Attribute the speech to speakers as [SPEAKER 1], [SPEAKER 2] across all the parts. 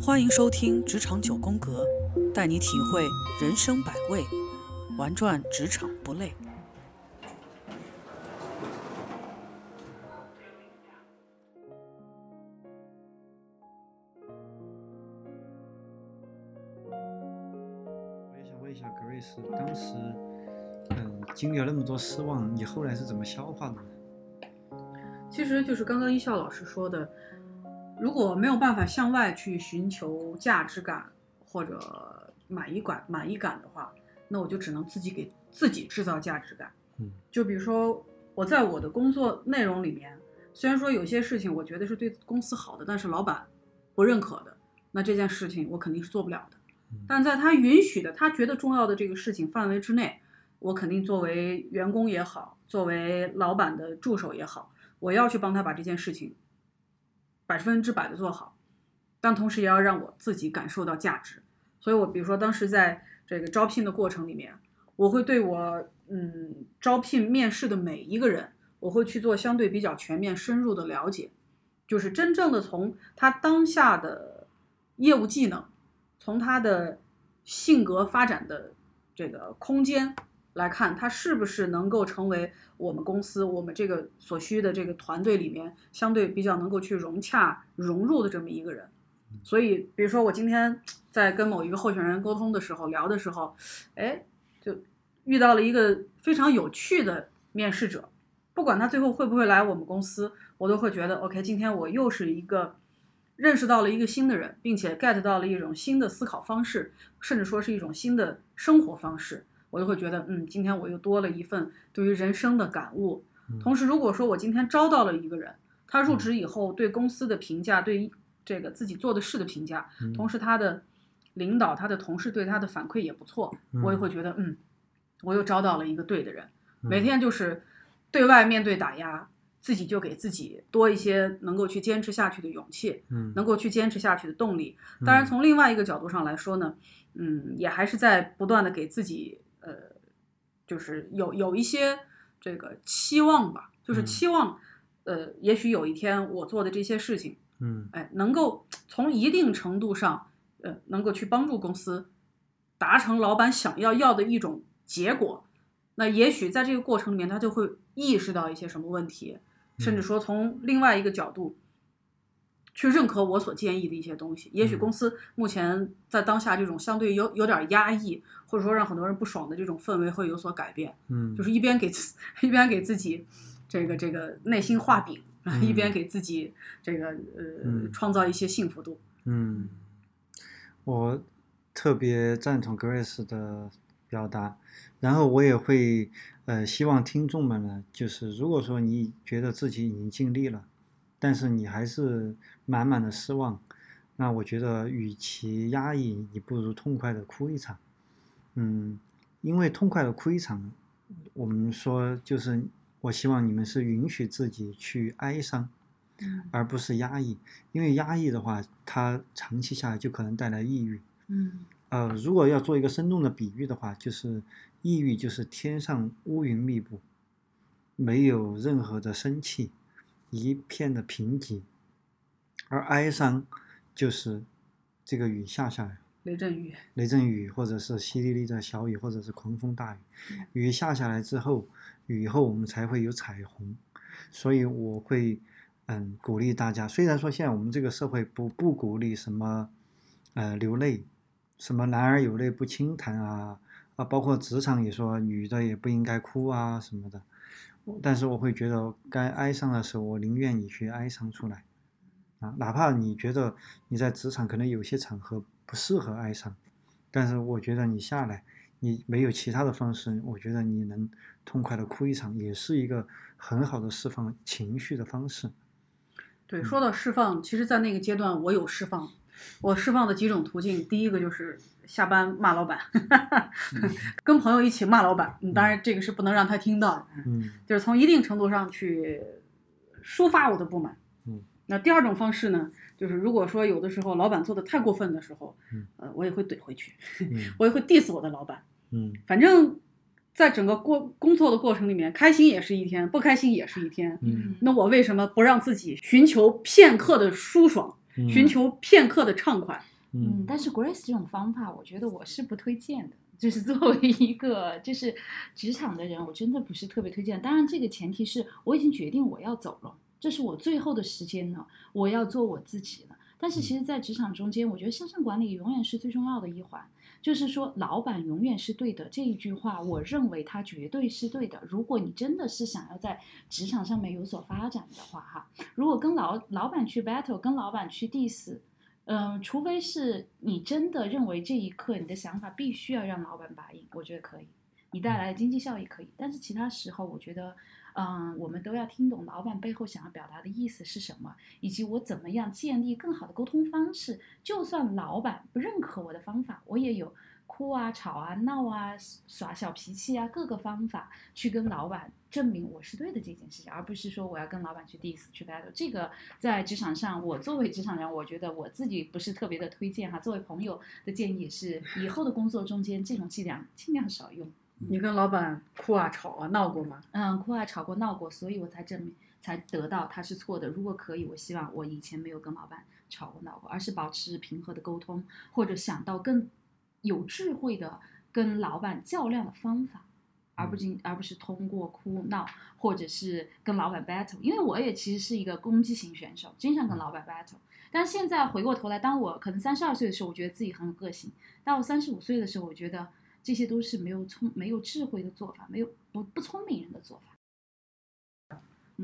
[SPEAKER 1] 欢迎收听《职场九宫格》，带你体会人生百味，玩转职场不累。
[SPEAKER 2] 我也想问一下格瑞斯，当时，嗯，经历了那么多失望，你后来是怎么消化的呢？
[SPEAKER 3] 其实就是刚刚一笑老师说的，如果没有办法向外去寻求价值感或者满意感、满意感的话，那我就只能自己给自己制造价值感。
[SPEAKER 2] 嗯，
[SPEAKER 3] 就比如说我在我的工作内容里面，虽然说有些事情我觉得是对公司好的，但是老板不认可的，那这件事情我肯定是做不了的
[SPEAKER 2] 嗯。
[SPEAKER 3] 但在他允许的、他觉得重要的这个事情范围之内，我肯定作为员工也好，作为老板的助手也好，我要去帮他把这件事情百分之百的做好，但同时也要让我自己感受到价值。所以我比如说当时在这个招聘的过程里面，我会对我嗯招聘面试的每一个人，我会去做相对比较全面深入的了解，就是真正的从他当下的业务技能，从他的性格发展的这个空间来看，他是不是能够成为我们公司我们这个所需的这个团队里面相对比较能够去融洽融入的这么一个人。所以，比如说我今天在跟某一个候选人沟通的时候聊的时候，哎，就遇到了一个非常有趣的面试者，不管他最后会不会来我们公司，我都会觉得 OK，今天我又是一个认识到了一个新的人，并且 get 到了一种新的思考方式，甚至说是一种新的生活方式，我就会觉得，嗯，今天我又多了一份对于人生的感悟
[SPEAKER 2] 嗯。
[SPEAKER 3] 同时，如果说我今天招到了一个人，他入职以后对公司的评价，对这个自己做的事的评价，
[SPEAKER 2] 嗯
[SPEAKER 3] 同时他的领导、他的同事对他的反馈也不错，我也会觉得，嗯，我又招到了一个对的人。
[SPEAKER 2] 嗯
[SPEAKER 3] 每天就是对外面对打压，自己就给自己多一些能够去坚持下去的勇气，
[SPEAKER 2] 嗯，
[SPEAKER 3] 能够去坚持下去的动力。当然，
[SPEAKER 2] 嗯
[SPEAKER 3] 从另外一个角度上来说呢，嗯，也还是在不断的给自己，呃，就是有有一些这个期望吧，就是
[SPEAKER 2] 嗯
[SPEAKER 3] 期望，呃，也许有一天我做的这些事情，
[SPEAKER 2] 嗯
[SPEAKER 3] 哎，能够从一定程度上，呃，能够去帮助公司达成老板想要要的一种结果。那也许在这个过程里面，他就会意识到一些什么问题，甚
[SPEAKER 2] 嗯
[SPEAKER 3] 至说从另外一个角度去认可我所建议的一些东西。也许
[SPEAKER 2] 嗯
[SPEAKER 3] 公司目前在当下这种相对有有点压抑，或者说让很多人不爽的这种氛围会有所改变。
[SPEAKER 2] 嗯，
[SPEAKER 3] 就是一边给自 一边给自己这个这个内心画饼，啊，
[SPEAKER 2] 嗯
[SPEAKER 3] 一边给自己这个呃
[SPEAKER 2] 嗯
[SPEAKER 3] 创造一些幸福度。
[SPEAKER 2] 嗯，我特别赞同 Grace 的表达，然后我也会呃希望听众们呢，就是如果说你觉得自己已经尽力了，但是你还是满满的失望，那我觉得与其压抑，你不如痛快的哭一场。嗯，因为痛快的哭一场，我们说就是我希望你们是允许自己去哀伤，而不是压抑。因为压抑的话，它长期下来就可能带来抑郁。
[SPEAKER 3] 嗯
[SPEAKER 2] 呃，如果要做一个生动的比喻的话，就是抑郁就是天上乌云密布，没有任何的生气，一片的贫瘠；而哀伤就是这个雨下下来，
[SPEAKER 3] 雷震宇，
[SPEAKER 2] 雷阵雨，或者是淅沥沥的小雨，或者是狂风大雨。雨下下来之后，雨后我们才会有彩虹。所以我会，嗯，鼓励大家。虽然说现在我们这个社会不不鼓励什么，呃，流泪，什么男儿有泪不轻弹啊，啊，包括职场也说女的也不应该哭啊什么的。但是我会觉得，该哀伤的时候，我宁愿你去哀伤出来。啊，哪怕你觉得你在职场可能有些场合不适合哀伤，但是我觉得你下来，你没有其他的方式，我觉得你能痛快的哭一场，也是一个很好的释放情绪的方式。嗯
[SPEAKER 3] 对，说到释放，其实，在那个阶段，我有释放。我释放的几种途径，第一个就是下班骂老板，
[SPEAKER 2] 嗯
[SPEAKER 3] 跟朋友一起骂老板。嗯当然，这个是不能让他听到的。
[SPEAKER 2] 嗯
[SPEAKER 3] 就是从一定程度上去抒发我的不满。
[SPEAKER 2] 嗯，
[SPEAKER 3] 那第二种方式呢，就是如果说有的时候老板做的太过分的时候，
[SPEAKER 2] 嗯
[SPEAKER 3] 呃，我也会怼回去，
[SPEAKER 2] 嗯
[SPEAKER 3] 我也会 diss 我的老板。
[SPEAKER 2] 嗯
[SPEAKER 3] 反正，在整个过工作的过程里面，开心也是一天，不开心也是一天。
[SPEAKER 2] 嗯，
[SPEAKER 3] 那我为什么不让自己寻求片刻的舒爽，
[SPEAKER 2] 嗯
[SPEAKER 3] 寻求片刻的畅快？
[SPEAKER 2] 嗯，
[SPEAKER 4] 但是 Grace 这种方法，我觉得我是不推荐的。就是作为一个就是职场的人，我真的不是特别推荐。当然，这个前提是我已经决定我要走了，这是我最后的时间了，我要做我自己了。但是，其实，在职场中间，我觉得向上管理永远是最重要的一环。就是说，老板永远是对的这一句话，我认为它绝对是对的。如果你真的是想要在职场上面有所发展的话，哈，如果跟老老板去 battle，跟老板去 diss，嗯、除非是你真的认为这一刻你的想法必须要让老板答应，我觉得可以，你带来的经济效益可以。但是其他时候，我觉得，嗯、我们都要听懂老板背后想要表达的意思是什么，以及我怎么样建立更好的沟通方式。就算老板不认可我的方法，我也有哭啊、吵啊、闹啊、耍小脾气啊各个方法去跟老板证明我是对的这件事情，而不是说我要跟老板去 diss 去 battle。这个在职场上，我作为职场人，我觉得我自己不是特别的推荐哈。作为朋友的建议是，以后的工作中间这种伎俩尽量少用。
[SPEAKER 3] 嗯你跟老板哭啊、吵啊、闹过吗？
[SPEAKER 4] 嗯，哭啊、吵过、闹过，所以我才证明，才得到他是错的。如果可以，我希望我以前没有跟老板吵过、闹过，而是保持平和的沟通，或者想到更有智慧的跟老板较量的方法，而不仅而不是通过哭闹或者是跟老板 battle。因为我也其实是一个攻击型选手，经常跟老板 battle。但现在回过头来，当我可能三十二岁的时候，我觉得自己很有个性；当我三十五岁的时候，我觉得这些都是没有聪、没有智慧的做法，没有不不聪明人的做法。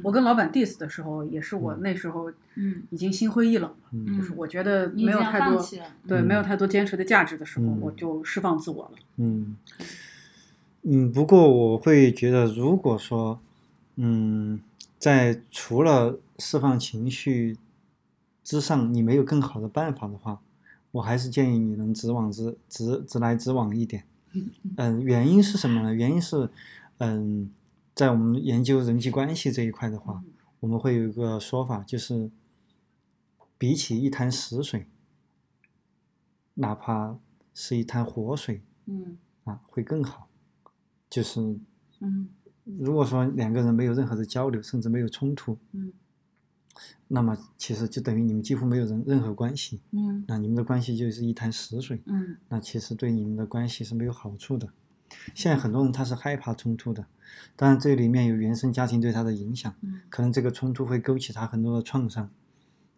[SPEAKER 3] 我跟老板 diss 的时候，也是我那时候
[SPEAKER 4] 嗯
[SPEAKER 3] 已经心灰意冷了，
[SPEAKER 2] 嗯
[SPEAKER 3] 就是我觉得
[SPEAKER 4] 你已
[SPEAKER 3] 没
[SPEAKER 4] 经
[SPEAKER 3] 有
[SPEAKER 4] 要
[SPEAKER 3] 太
[SPEAKER 4] 放
[SPEAKER 3] 多
[SPEAKER 4] 弃了，
[SPEAKER 3] 对
[SPEAKER 2] 嗯
[SPEAKER 3] 没有太多坚持的价值的时候，
[SPEAKER 2] 嗯
[SPEAKER 3] 我就释放自我了。
[SPEAKER 2] 嗯，嗯，不过我会觉得，如果说，嗯，在除了释放情绪之上，你没有更好的办法的话，我还是建议你能直往直直直来直往一点。嗯，原因是什么呢？原因是，嗯，在我们研究人际关系这一块的
[SPEAKER 3] 啊
[SPEAKER 2] 话，
[SPEAKER 4] 嗯
[SPEAKER 2] 我们会有一个说法，就是比起一潭死水，哪怕是一潭活水。
[SPEAKER 4] 嗯
[SPEAKER 2] 啊，会更好。就是
[SPEAKER 4] 嗯
[SPEAKER 2] 如果说两个人没有任何的交流，甚至没有冲突，
[SPEAKER 4] 嗯
[SPEAKER 2] 那么其实就等于你们几乎没有人任何关系，
[SPEAKER 4] 嗯
[SPEAKER 2] 那你们的关系就是一潭死水，
[SPEAKER 4] 嗯
[SPEAKER 2] 那其实对你们的关系是没有好处的。现在很多人他是害怕冲突的，当然这里面有原生家庭对他的影响，
[SPEAKER 4] 嗯
[SPEAKER 2] 可能这个冲突会勾起他很多的创伤，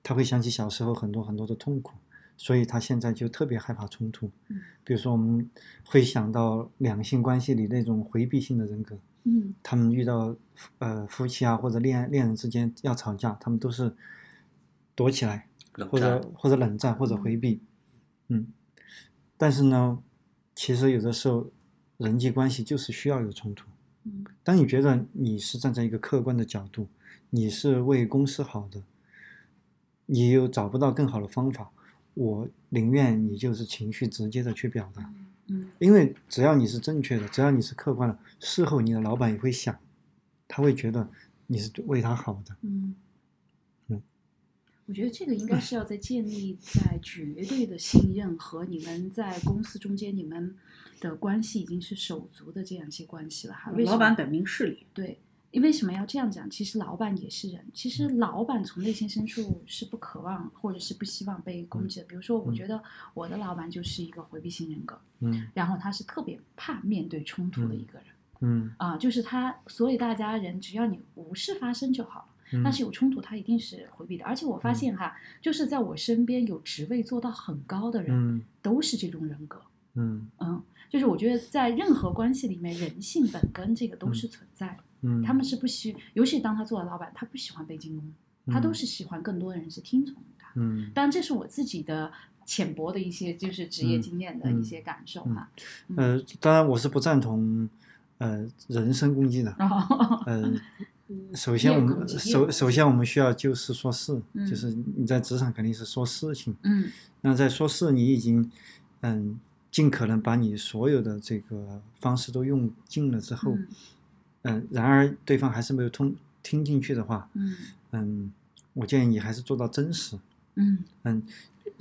[SPEAKER 2] 他会想起小时候很多很多的痛苦，所以他现在就特别害怕冲突。
[SPEAKER 4] 嗯
[SPEAKER 2] 比如说，我们会想到两性关系里那种回避性的人格，
[SPEAKER 4] 嗯
[SPEAKER 2] 他们遇到呃夫妻啊或者恋爱恋人之间要吵架，他们都是躲起来，
[SPEAKER 5] 冷
[SPEAKER 2] 或者
[SPEAKER 5] 战，
[SPEAKER 2] 或者冷战或者回避，嗯。但是呢，其实有的时候人际关系就是需要有冲突。
[SPEAKER 4] 嗯
[SPEAKER 2] 当你觉得你是站在一个客观的角度，你是为公司好的，你又找不到更好的方法，我宁愿你就是情绪直接的去表达，
[SPEAKER 4] 嗯
[SPEAKER 2] 因为只要你是正确的，只要你是客观的，事后你的老板也会想，他会觉得你是为他好的。
[SPEAKER 4] 嗯
[SPEAKER 2] 嗯。
[SPEAKER 4] 我觉得这个应 该是要在建立在绝对的信任和你们在公司中间你们的关系已经是手足的这样一些关系了哈。为什
[SPEAKER 3] 老
[SPEAKER 4] 么
[SPEAKER 3] 板本明事理，
[SPEAKER 4] 对，因为什么要这样讲？其实老板也是人，其实老板从内心深处是不渴望或者是不希望被攻击的。比如说，我
[SPEAKER 2] 嗯
[SPEAKER 4] 觉得我的老板就是一个回避型人格，
[SPEAKER 2] 嗯
[SPEAKER 4] 然后他是特别怕面对冲突的一个人
[SPEAKER 2] 嗯
[SPEAKER 4] 啊，就是他，所以大家人只要你无事发生就好了。
[SPEAKER 2] 嗯，
[SPEAKER 4] 但是有冲突，他一定是回避的。而且我发
[SPEAKER 2] 嗯
[SPEAKER 4] 现哈，就是在我身边有职位做到很高的人，
[SPEAKER 2] 嗯
[SPEAKER 4] 都是这种人格。
[SPEAKER 2] 嗯
[SPEAKER 4] 嗯，就是我觉得在任何关系里面，人性本根这个都是存在的。
[SPEAKER 2] 嗯，
[SPEAKER 4] 他们是不喜，尤其当他做了老板，他不喜欢被进攻，他都是喜欢更多的人是听从他。
[SPEAKER 2] 嗯。
[SPEAKER 4] 当然，这是我自己的浅薄的一些就是职业
[SPEAKER 2] 嗯
[SPEAKER 4] 经验的一些感受啊哈。
[SPEAKER 2] 嗯呃，当然我是不赞同呃人身攻击的。
[SPEAKER 4] 然后，
[SPEAKER 2] 嗯，首先我
[SPEAKER 4] 业务哦攻
[SPEAKER 2] 们
[SPEAKER 4] 击业
[SPEAKER 2] 首
[SPEAKER 4] 务攻击
[SPEAKER 2] 首先我们需要就事说事，
[SPEAKER 4] 嗯
[SPEAKER 2] 就是你在职场肯定是说事情。
[SPEAKER 4] 嗯
[SPEAKER 2] 那在说事，你已经嗯尽可能把你所有的这个方式都用尽了之后，
[SPEAKER 4] 嗯
[SPEAKER 2] 嗯，然而对方还是没有通听进去的话，
[SPEAKER 4] 嗯
[SPEAKER 2] 嗯，我建议你还是做到真实。
[SPEAKER 4] 嗯，
[SPEAKER 2] 嗯，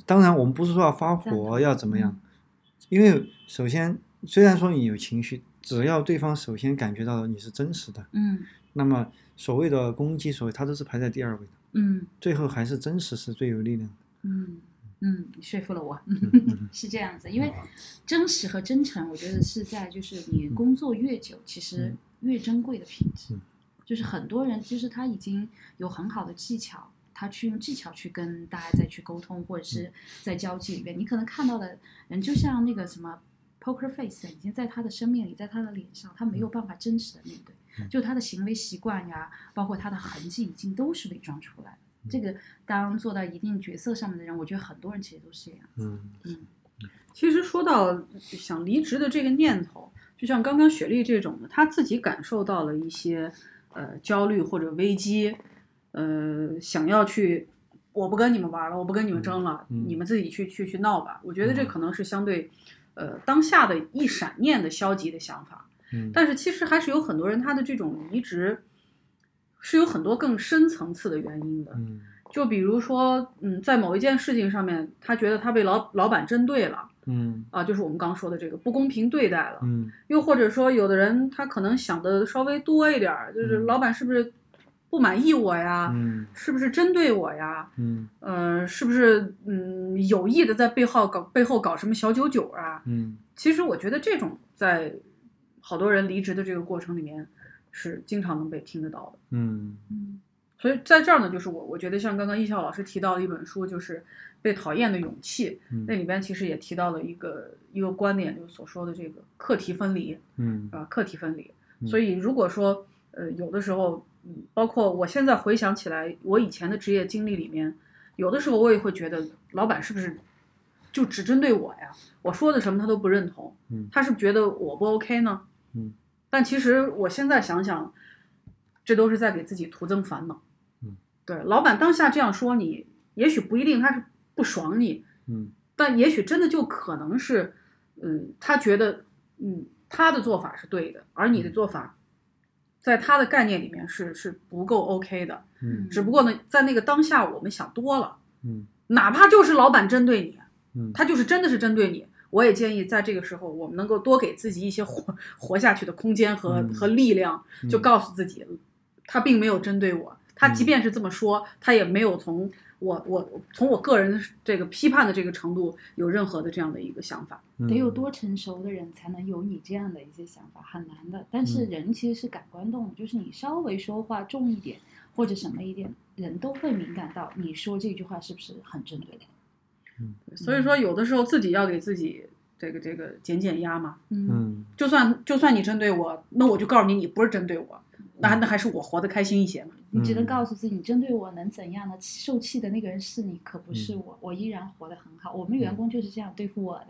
[SPEAKER 2] 当然我们不是说要发
[SPEAKER 4] 赞
[SPEAKER 2] 火
[SPEAKER 4] 同
[SPEAKER 2] 要怎么样
[SPEAKER 4] 嗯，
[SPEAKER 2] 因为首先虽然说你有情绪，只要对方首先感觉到你是真实的。
[SPEAKER 4] 嗯
[SPEAKER 2] 那么所谓的攻击，所谓它都是排在第二位的，
[SPEAKER 4] 嗯
[SPEAKER 2] 最后还是真实是最有力量的。
[SPEAKER 4] 嗯，嗯，你说服了我，
[SPEAKER 2] 嗯嗯
[SPEAKER 4] 是这样子，因为真实和真诚，我觉得是在就是你工作越久，其实越珍贵的品质
[SPEAKER 2] 嗯。
[SPEAKER 4] 就是很多人，就是他已经有很好的技巧，他去用技巧去跟大家再去沟通，或者
[SPEAKER 2] 嗯
[SPEAKER 4] 是在交际里面，你可能看到的人就像那个什么 poker face，已经在他的生命里，在他的脸上，他没有办法真实的面对，
[SPEAKER 2] 嗯
[SPEAKER 4] 就他的行为习惯呀，包括他的痕迹，已经都是伪装出来的。
[SPEAKER 2] 嗯
[SPEAKER 4] 这个当做到一定角色上面的人，我觉得很多人其实都是这样。
[SPEAKER 2] 嗯
[SPEAKER 3] 其实说到想离职的这个念头，就像刚刚雪莉这种的，她自己感受到了一些呃焦虑或者危机，呃，想要去，我不跟你们玩了，我不跟你们争了，
[SPEAKER 2] 嗯
[SPEAKER 3] 你们自己去去去闹吧。我觉得这
[SPEAKER 2] 嗯
[SPEAKER 3] 可能是相对呃当下的一闪念的消极的想法。
[SPEAKER 2] 嗯，
[SPEAKER 3] 但是其实还是有很多人他的这种离职是有很多更深层次的原因的。
[SPEAKER 2] 嗯
[SPEAKER 3] 就比如说，嗯，在某一件事情上面，他觉得他被老老板针对了
[SPEAKER 2] 嗯
[SPEAKER 3] 啊，就是我们刚说的这个不公平对待了。
[SPEAKER 2] 嗯
[SPEAKER 3] 又或者说，有的人他可能想的稍微多一点儿，就是
[SPEAKER 2] 嗯
[SPEAKER 3] 老板是不是不满意我呀？
[SPEAKER 2] 嗯
[SPEAKER 3] 是不是针对我呀？
[SPEAKER 2] 嗯
[SPEAKER 3] 呃，是不是嗯有意的在背后搞背后搞什么小九九啊？
[SPEAKER 2] 嗯
[SPEAKER 3] 其实我觉得这种在好多人离职的这个过程里面是经常能被听得到的。
[SPEAKER 2] 嗯
[SPEAKER 4] 嗯
[SPEAKER 3] 所以在这儿呢，就是我我觉得像刚刚艺校老师提到的一本书，就是《被讨厌的勇气》，
[SPEAKER 2] 嗯
[SPEAKER 3] 那里边其实也提到了一个一个观点，就是所说的这个课题分离
[SPEAKER 2] 嗯
[SPEAKER 3] 啊，课题分离。
[SPEAKER 2] 嗯
[SPEAKER 3] 所以如果说呃有的时候，嗯，包括我现在回想起来，我以前的职业经历里面，有的时候我也会觉得老板是不是就只针对我呀？我说的什么他都不认同，
[SPEAKER 2] 嗯
[SPEAKER 3] 他是觉得我不 OK 呢？
[SPEAKER 2] 嗯，
[SPEAKER 3] 但其实我现在想想，这都是在给自己徒增烦恼。
[SPEAKER 2] 嗯，
[SPEAKER 3] 对，老板当下这样说你，也许不一定他是不爽你，
[SPEAKER 2] 嗯
[SPEAKER 3] 但也许真的就可能是，嗯，他觉得，嗯，他的做法是对的，而你的做法，在他的概念里面是是不够 OK 的。
[SPEAKER 2] 嗯
[SPEAKER 3] 只不过呢，在那个当下，我们想多了，
[SPEAKER 2] 嗯
[SPEAKER 3] 哪怕就是老板针对你，
[SPEAKER 2] 嗯，
[SPEAKER 3] 他就是真的是针对你。我也建议在这个时候，我们能够多给自己一些活活下去的空间和、
[SPEAKER 2] 嗯
[SPEAKER 3] 和力量，就
[SPEAKER 2] 嗯
[SPEAKER 3] 告诉自己，他并没有针对我，他即
[SPEAKER 2] 嗯
[SPEAKER 3] 便是这么说，他也没有从我我从我个人的这个批判的这个程度有任何的这样的一个想法。
[SPEAKER 2] 嗯
[SPEAKER 4] 得有多成熟的人才能有你这样的一些想法，很难的。但是
[SPEAKER 2] 嗯
[SPEAKER 4] 人其实是感官动物，就是你稍微说话重一点或者什么一点，人都会敏感到你说这句话是不是很针对的。
[SPEAKER 3] 所以说，
[SPEAKER 2] 嗯
[SPEAKER 3] 有的时候自己要给自己这个这个减减压嘛。
[SPEAKER 4] 嗯，
[SPEAKER 2] 嗯
[SPEAKER 3] 就算就算你针对我，那我就告诉你，你不是针对我，那那还是我活得开心一些嘛。
[SPEAKER 4] 你只能
[SPEAKER 2] 嗯
[SPEAKER 4] 告诉自己，你针对我能怎样呢？受气的那个人是你，可不是我，我依然活得很好。我们员工就是这样对付我的。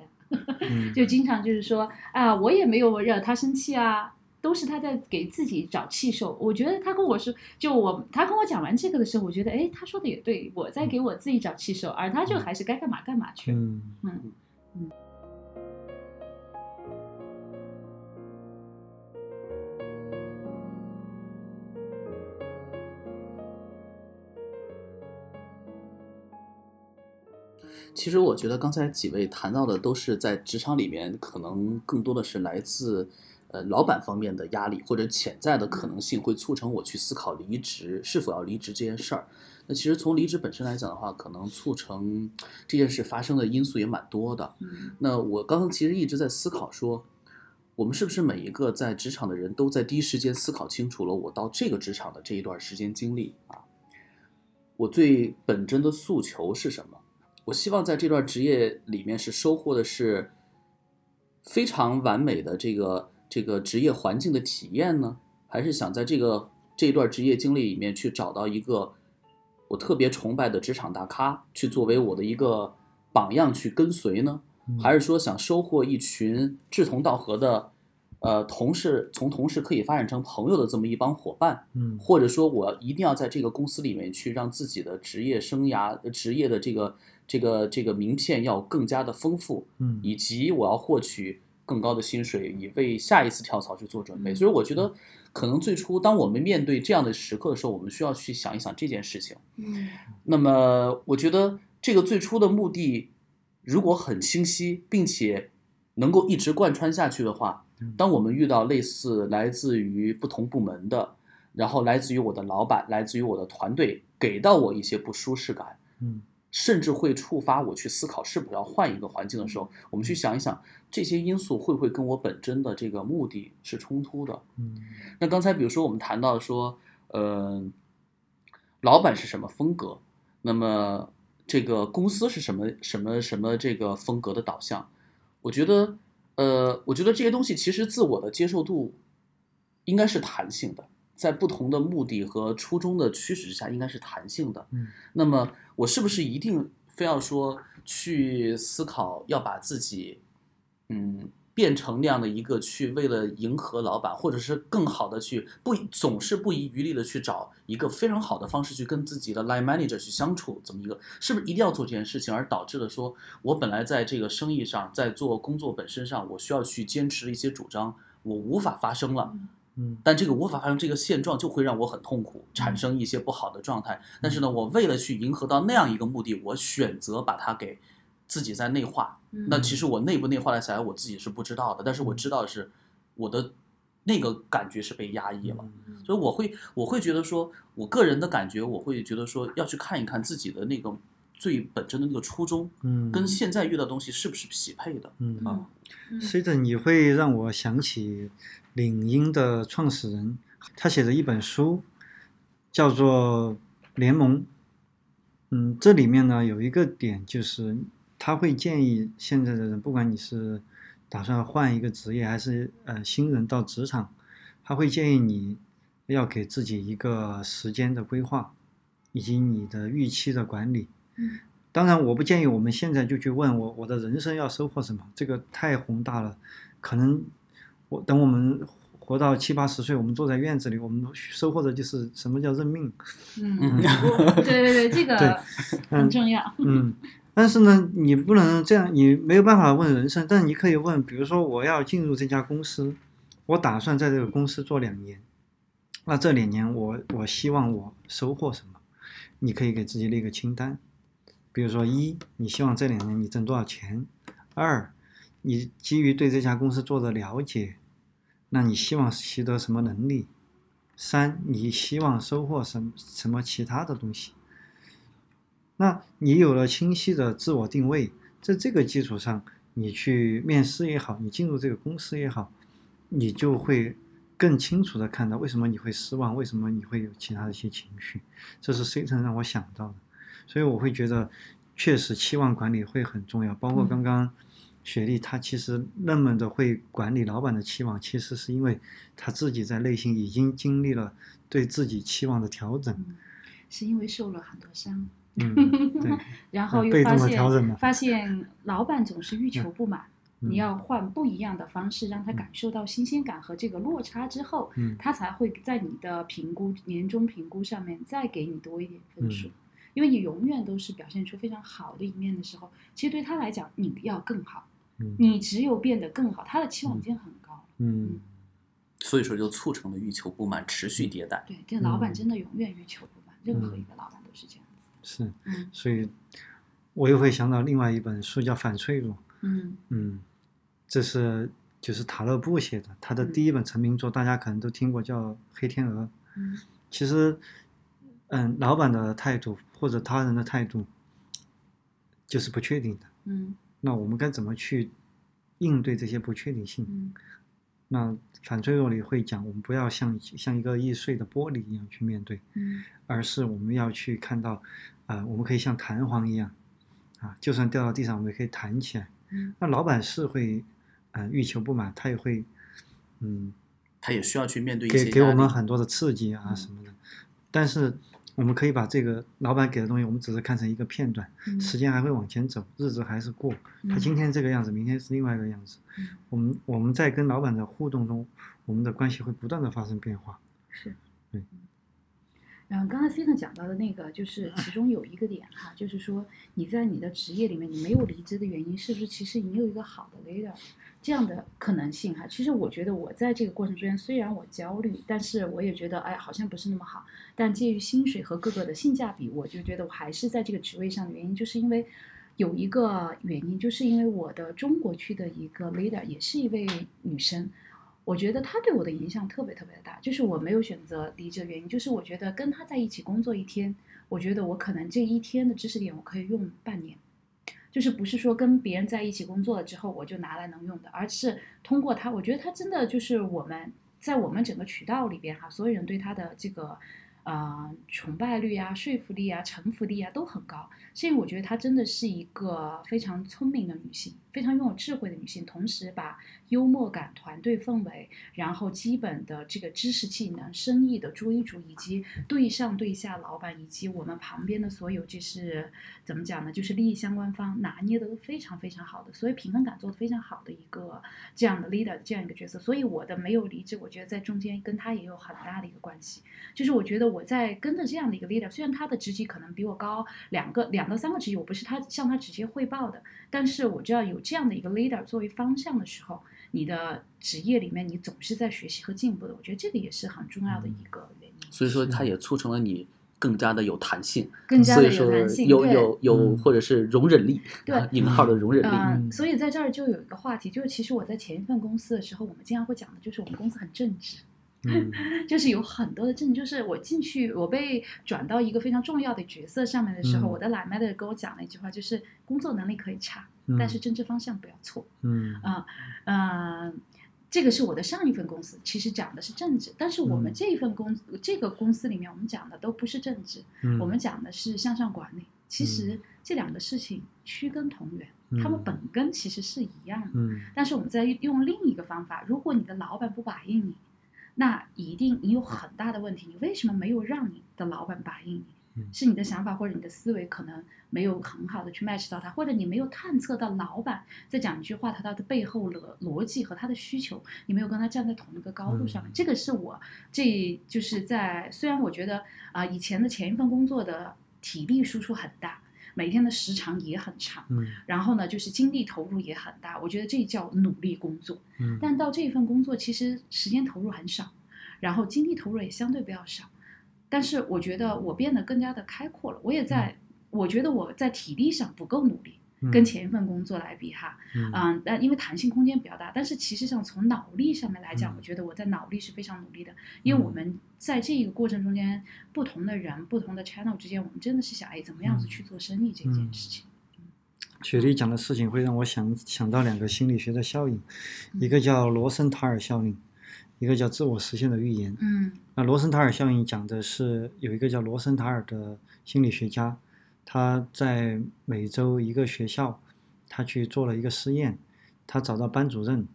[SPEAKER 2] 嗯
[SPEAKER 4] 就经常就是说啊，我也没有惹他生气啊，都是他在给自己找气受。我觉得他跟我说，就我他跟我讲完这个的时候，我觉得哎，他说的也对，我在给我自己找气受，而他就还是该干嘛干嘛去。
[SPEAKER 2] 嗯
[SPEAKER 4] 嗯
[SPEAKER 5] 其实我觉得刚才几位谈到的都是在职场里面，可能更多的是来自呃老板方面的压力或者潜在的可能性，会促成我去思考离职是否要离职这件事儿。那其实从离职本身来讲的话，可能促成这件事发生的因素也蛮多的。
[SPEAKER 4] 嗯
[SPEAKER 5] 那我刚刚其实一直在思考说，我们是不是每一个在职场的人都在第一时间思考清楚了我到这个职场的这一段时间经历啊，我最本真的诉求是什么？我希望在这段职业里面是收获的是非常完美的这个这个职业环境的体验呢，还是想在这个这一段职业经历里面去找到一个我特别崇拜的职场大咖，去作为我的一个榜样去跟随呢？
[SPEAKER 2] 嗯
[SPEAKER 5] 还是说想收获一群志同道合的，呃，同事从同事可以发展成朋友的这么一帮伙伴，
[SPEAKER 2] 嗯
[SPEAKER 5] 或者说我一定要在这个公司里面去让自己的职业生涯、呃职业的这个这个这个名片要更加的丰富，
[SPEAKER 2] 嗯
[SPEAKER 5] 以及我要获取更高的薪水，以为下一次跳槽去做准备。所以我觉得，可能最初当我们面对这样的时刻的时候，我们需要去想一想这件事情。
[SPEAKER 4] 嗯
[SPEAKER 5] 那么我觉得这个最初的目的如果很清晰，并且能够一直贯穿下去的话
[SPEAKER 2] 嗯，
[SPEAKER 5] 当我们遇到类似来自于不同部门的，然后来自于我的老板，来自于我的团队，给到我一些不舒适感，
[SPEAKER 2] 嗯
[SPEAKER 5] 甚至会触发我去思考是否要换一个环境的时候，我们去想一想这些因素会不会跟我本真的这个目的是冲突的。
[SPEAKER 2] 嗯
[SPEAKER 5] 那刚才比如说我们谈到说，呃，老板是什么风格，那么这个公司是什么什么什么这个风格的导向，我觉得，呃，我觉得这些东西其实自我的接受度应该是弹性的，在不同的目的和初衷的驱使之下，应该是弹性的。
[SPEAKER 2] 嗯
[SPEAKER 5] 那么我是不是一定非要说去思考要把自己，嗯，变成那样的一个去为了迎合老板，或者是更好的去不总是不遗余力的去找一个非常好的方式去跟自己的 line manager 去相处，这么一个是不是一定要做这件事情，而导致了说我本来在这个生意上，在做工作本身上，我需要去坚持一些主张，我无法发生了。
[SPEAKER 2] 嗯
[SPEAKER 5] 但这个无法发生这个现状，就会让我很痛苦，产生一些不好的状态。但是呢，我为了去迎合到那样一个目的，我选择把它给自己在内化。
[SPEAKER 4] 嗯
[SPEAKER 5] 那其实我内不内化的起来，我自己是不知道的。但是
[SPEAKER 2] 嗯
[SPEAKER 5] 我知道的是，我的那个感觉是被压抑了。
[SPEAKER 2] 嗯
[SPEAKER 5] 所以我会，我会觉得说，我个人的感觉，我会觉得说，要去看一看自己的那个最本真的那个初衷，
[SPEAKER 2] 嗯，
[SPEAKER 5] 跟现在遇到的东西是不是匹配的。
[SPEAKER 2] 嗯
[SPEAKER 5] 啊
[SPEAKER 4] 嗯
[SPEAKER 2] 随着你会让我想起领英的创始人，他写的一本书，叫做《联盟》。嗯，这里面呢有一个点就是，他会建议现在的人，不管你是打算换一个职业，还是呃新人到职场，他会建议你要给自己一个时间的规划，以及你的预期的管理。
[SPEAKER 4] 嗯
[SPEAKER 2] 当然，我不建议我们现在就去问我我的人生要收获什么，这个太宏大了。可能我等我们活到七八十岁，我们坐在院子里，我们收获的就是什么叫认命。
[SPEAKER 4] 嗯，对对对，这个很重要。
[SPEAKER 2] 嗯，但是呢，你不能这样，你没有办法问人生，但你可以问，比如说我要进入这家公司，我打算在这个公司做两年，那这两年我我希望我收获什么？你可以给自己列个清单，比如说一，你希望这两年你挣多少钱；二，你基于对这家公司做的了解，那你希望习得什么能力？三，你希望收获什么什么其他的东西？那你有了清晰的自我定位，在这个基础上，你去面试也好，你进入这个公司也好，你就会更清楚的看到为什么你会失望，为什么你会有其他的一些情绪，这是 C 层让我想到的，所以我会觉得，确实期望管理会很重要，包括
[SPEAKER 4] 嗯
[SPEAKER 2] 刚刚。雪莉她其实那么的会管理老板的期望，其实是因为她自己在内心已经经历了对自己期望的调整。
[SPEAKER 4] 嗯，是因为受了很多伤，
[SPEAKER 2] 嗯，对，嗯
[SPEAKER 4] 然后
[SPEAKER 2] 被
[SPEAKER 4] 又
[SPEAKER 2] 动
[SPEAKER 4] 发
[SPEAKER 2] 地调整了
[SPEAKER 4] 现发现老板总是欲求不满，
[SPEAKER 2] 嗯
[SPEAKER 4] 你要换不一样的方式，让他感受到新鲜感和这个落差之后，
[SPEAKER 2] 嗯
[SPEAKER 4] 他才会在你的评估年终评估上面再给你多一点分数。
[SPEAKER 2] 嗯
[SPEAKER 4] 因为你永远都是表现出非常好的一面的时候，其实对他来讲，你要更好，
[SPEAKER 2] 嗯
[SPEAKER 4] 你只有变得更好，他的期望已经很高了。
[SPEAKER 2] 嗯
[SPEAKER 5] 所以说，就促成了欲求不满持续迭代。
[SPEAKER 4] 对，这老板
[SPEAKER 2] 嗯
[SPEAKER 4] 真的永远欲求不满，任何
[SPEAKER 2] 嗯
[SPEAKER 4] 一个老板都是这样子。
[SPEAKER 2] 是，
[SPEAKER 4] 嗯
[SPEAKER 2] 所以我又会想到另外一本书叫《反脆弱》，
[SPEAKER 4] 嗯
[SPEAKER 2] 嗯，这是就是塔勒布写的，他的
[SPEAKER 4] 嗯
[SPEAKER 2] 第一本成名作，大家可能都听过，叫《黑天鹅》。
[SPEAKER 4] 嗯
[SPEAKER 2] 其实，嗯，老板的态度或者他人的态度就是不确定的。
[SPEAKER 4] 嗯
[SPEAKER 2] 那我们该怎么去应对这些不确定性？
[SPEAKER 4] 嗯
[SPEAKER 2] 那反脆弱里会讲，我们不要像像一个易碎的玻璃一样去面对，
[SPEAKER 4] 嗯
[SPEAKER 2] 而是我们要去看到，啊、我们可以像弹簧一样，啊，就算掉到地上，我们也可以弹起来。
[SPEAKER 4] 嗯
[SPEAKER 2] 那老板是会，嗯、欲求不满，他也会，嗯，
[SPEAKER 5] 他也需要去面对一些
[SPEAKER 2] 给给
[SPEAKER 5] 压
[SPEAKER 2] 我们
[SPEAKER 5] 力
[SPEAKER 2] 很多的刺激啊
[SPEAKER 4] 嗯
[SPEAKER 2] 什么的。但是我们可以把这个老板给的东西，我们只是看成一个片段，
[SPEAKER 4] 嗯
[SPEAKER 2] 时间还会往前走，日子还是过。他
[SPEAKER 4] 嗯
[SPEAKER 2] 今天这个样子，明天是另外一个样子。
[SPEAKER 4] 嗯
[SPEAKER 2] 我们我们在跟老板的互动中，我们的关系会不断的发生变 化。
[SPEAKER 4] 是嗯
[SPEAKER 2] 对。
[SPEAKER 4] 然后刚才 C 生讲到的那个，就是其中有一个点哈，就是说你在你的职业里面，你没有离职的原因，是不是其实你有一个好的 leader 这样的可能性哈？其实我觉得我在这个过程中间，虽然我焦虑，但是我也觉得哎，好像不是那么好。但介于薪水和各个的性价比，我就觉得我还是在这个职位上的原因，就是因为有一个原因，就是因为我的中国区的一个 leader 也是一位女生，我觉得她对我的影响特别特别的大。就是我没有选择离职的原因，就是我觉得跟她在一起工作一天，我觉得我可能这一天的知识点我可以用半年，就是不是说跟别人在一起工作了之后我就拿来能用的，而是通过它，我觉得它真的就是我们在我们整个渠道里边哈，所有人对它的这个。呃，崇拜率啊、说服力啊、臣服力啊都很高，所以我觉得她真的是一个非常聪明的女性，非常拥有智慧的女性，同时把幽默感、团队氛围，然后基本的这个知识技能、生意的追逐，以及对上对下老板，以及我们旁边的所有，就是怎么讲呢？就是利益相关方拿捏的都非常非常好的，所以平衡感做得非常好的一个这样的 leader 这样一个角色。所以我的没有离职，我觉得在中间跟她也有很大的一个关系。就是我觉得我在跟着这样的一个 leader，虽然他的职级可能比我高两个两到三个职级，我不是他向他直接汇报的，但是我知道有这样的一个 leader 作为方向的时候，你的职业里面你总是在学习和进步的。我觉得这个也是很重要的
[SPEAKER 5] 嗯
[SPEAKER 4] 一个原因。
[SPEAKER 5] 所以说它也促成了你更加的有弹性，
[SPEAKER 4] 更加
[SPEAKER 5] 所
[SPEAKER 4] 的
[SPEAKER 5] 以说
[SPEAKER 4] 弹性，
[SPEAKER 5] 有
[SPEAKER 4] 对
[SPEAKER 5] 有有
[SPEAKER 2] 嗯
[SPEAKER 5] 或者是容忍力，
[SPEAKER 4] 对
[SPEAKER 5] 啊引号的容忍力，
[SPEAKER 4] 嗯，
[SPEAKER 2] 嗯
[SPEAKER 4] 所以在这儿就有一个话题，就是其实我在前一份公司的时候，我们经常会讲的就是我们公司很正直。
[SPEAKER 2] 嗯
[SPEAKER 4] 就是有很多的证据，就是我进去，我被转到一个非常重要的角色上面的时候，
[SPEAKER 2] 嗯
[SPEAKER 4] 我的 line manager 跟我讲了一句话，就是工作能力可以差，
[SPEAKER 2] 嗯，
[SPEAKER 4] 但是政治方向不要错。
[SPEAKER 2] 嗯
[SPEAKER 4] 呃，这个是我的上一份公司，其实讲的是政治，但是我们
[SPEAKER 2] 嗯
[SPEAKER 4] 这一份公、这个公司里面，我们讲的都不是政治，
[SPEAKER 2] 嗯，
[SPEAKER 4] 我们讲的是向上管理。其实这两个事情区根同源，
[SPEAKER 2] 嗯
[SPEAKER 4] 它们本根其实是一样的。
[SPEAKER 2] 嗯
[SPEAKER 4] 但是我们在用另一个方法，如果你的老板不把应你，那一定你有很大的问题。你为什么没有让你的老板把应你
[SPEAKER 2] 嗯？
[SPEAKER 4] 是你的想法或者你的思维可能没有很好的去 match 到他，或者你没有探测到老板在讲一句话，他他的背后逻逻辑和他的需求，你没有跟他站在同一个高度上面。
[SPEAKER 2] 嗯
[SPEAKER 4] 这个是我这就是在虽然我觉得啊、以前的前一份工作的体力输出很大，每天的时长也很长，
[SPEAKER 2] 嗯
[SPEAKER 4] 然后呢，就是精力投入也很大，我觉得这叫努力工作。
[SPEAKER 2] 嗯，
[SPEAKER 4] 但到这一份工作，其实时间投入很少，然后精力投入也相对比较少。但是我觉得我变得更加的开阔了，我也在，
[SPEAKER 2] 嗯
[SPEAKER 4] 我觉得我在体力上不够努力，跟前一份工作来比哈，
[SPEAKER 2] 嗯嗯
[SPEAKER 4] 嗯，但因为弹性空间比较大，但是其实上从脑力上面来讲，
[SPEAKER 2] 嗯
[SPEAKER 4] 我觉得我在脑力是非常努力的，因为我
[SPEAKER 2] 嗯
[SPEAKER 4] 们在这个过程中间，不同的人、不同的 channel 之间，我们真的是想，哎，怎么样子
[SPEAKER 2] 嗯
[SPEAKER 4] 去做生意这件事情？
[SPEAKER 2] 雪莉讲的事情会让我想想到两个心理学的效应，
[SPEAKER 4] 嗯
[SPEAKER 2] 一个叫罗森塔尔效应，一个叫自我实现的预言。
[SPEAKER 4] 嗯
[SPEAKER 2] 那罗森塔尔效应讲的是有一个叫罗森塔尔的心理学家，他在美洲一个学校，他去做了一个实验，他找到班主任，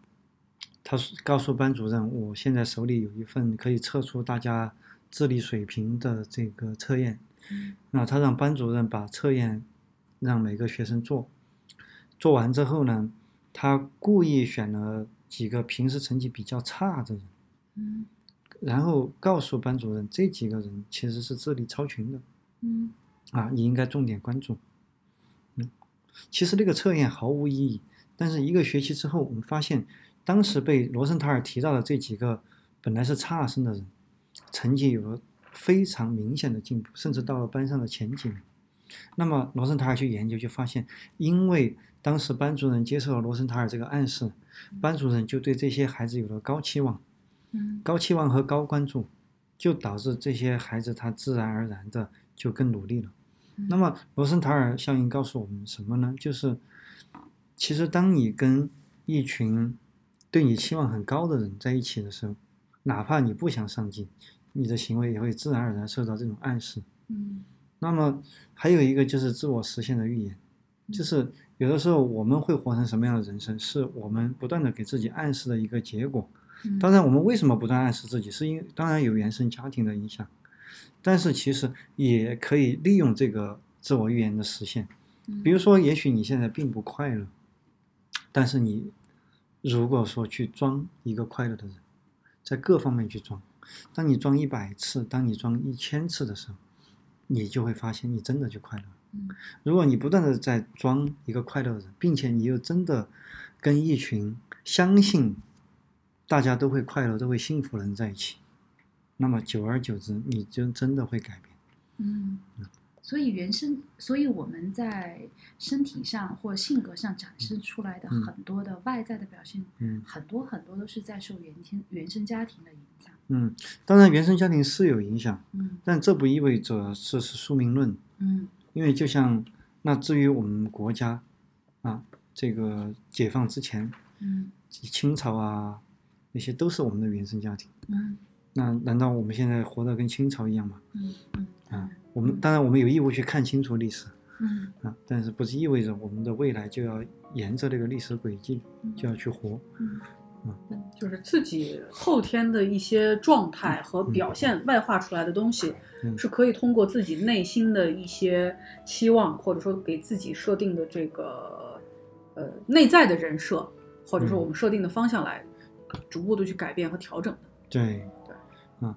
[SPEAKER 2] 他说告诉班主任，我现在手里有一份可以测出大家智力水平的这个测验，
[SPEAKER 4] 嗯
[SPEAKER 2] 那他让班主任把测验让每个学生做，做完之后呢，他故意选了几个平时成绩比较差的人，
[SPEAKER 4] 嗯
[SPEAKER 2] 然后告诉班主任这几个人其实是智力超群的
[SPEAKER 4] 嗯
[SPEAKER 2] 啊，你应该重点关注。嗯，其实那个测验毫无意义，但是一个学期之后，我们发现当时被罗森塔尔提到的这几个本来是差生的人，成绩有了非常明显的进步，甚至到了班上的前几名。那么罗森塔尔去研究，就发现，因为当时班主任接受了罗森塔尔这个暗示，班主任就对这些孩子有了高期望，
[SPEAKER 4] 嗯
[SPEAKER 2] 高期望和高关注，就导致这些孩子他自然而然的就更努力了。
[SPEAKER 4] 嗯
[SPEAKER 2] 那么罗森塔尔效应告诉我们什么呢？就是其实当你跟一群对你期望很高的人在一起的时候，哪怕你不想上进，你的行为也会自然而然受到这种暗示。
[SPEAKER 4] 嗯
[SPEAKER 2] 那么还有一个就是自我实现的预言，就是有的时候我们会活成什么样的人生，是我们不断的给自己暗示的一个结果。
[SPEAKER 4] 嗯
[SPEAKER 2] 当然，我们为什么不断暗示自己，是因为当然有原生家庭的影响，但是其实也可以利用这个自我预言的实现。
[SPEAKER 4] 嗯
[SPEAKER 2] 比如说，也许你现在并不快乐，但是你如果说去装一个快乐的人，在各方面去装，当你装一百次，当你装一千次的时候，你就会发现你真的就快乐了。
[SPEAKER 4] 嗯
[SPEAKER 2] 如果你不断的在装一个快乐的人，并且你又真的跟一群相信大家都会快乐、都会幸福的人在一起，那么久而久之，你就真的会改变。
[SPEAKER 4] 嗯所以原生，所以我们在身体上或性格上展示出来的
[SPEAKER 2] 嗯
[SPEAKER 4] 很多的外在的表现，
[SPEAKER 2] 嗯
[SPEAKER 4] 很多很多都是在受原生原生家庭的影响。
[SPEAKER 2] 嗯，当然原生家庭是有影响，
[SPEAKER 4] 嗯
[SPEAKER 2] 但这不意味着这是宿命论，
[SPEAKER 4] 嗯
[SPEAKER 2] 因为就像那至于我们国家啊，这个解放之前，
[SPEAKER 4] 嗯
[SPEAKER 2] 清朝啊，那些都是我们的原生家庭。
[SPEAKER 4] 嗯
[SPEAKER 2] 那难道我们现在活得跟清朝一样吗？
[SPEAKER 4] 嗯嗯
[SPEAKER 2] 啊，我们当然我们有义务去看清楚历史
[SPEAKER 4] 嗯
[SPEAKER 2] 啊，但是不是意味着我们的未来就要沿着这个历史轨迹
[SPEAKER 4] 嗯
[SPEAKER 2] 就要去活？
[SPEAKER 4] 嗯
[SPEAKER 3] 就是自己后天的一些状态和表现外化出来的东西，
[SPEAKER 2] 嗯
[SPEAKER 3] 是可以通过自己内心的一些期望，或者说给自己设定的这个呃内在的人设，或者说
[SPEAKER 2] 嗯
[SPEAKER 3] 我们设定的方向来逐步的去改变和调整的。
[SPEAKER 2] 对，啊，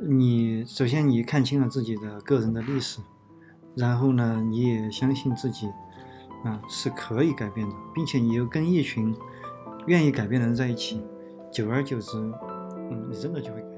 [SPEAKER 2] 你首先你看清了自己的个人的历史，然后呢，你也相信自己啊是可以改变的，并且你又跟一群愿意改变的人在一起，久而久之，嗯，你真的就会改变。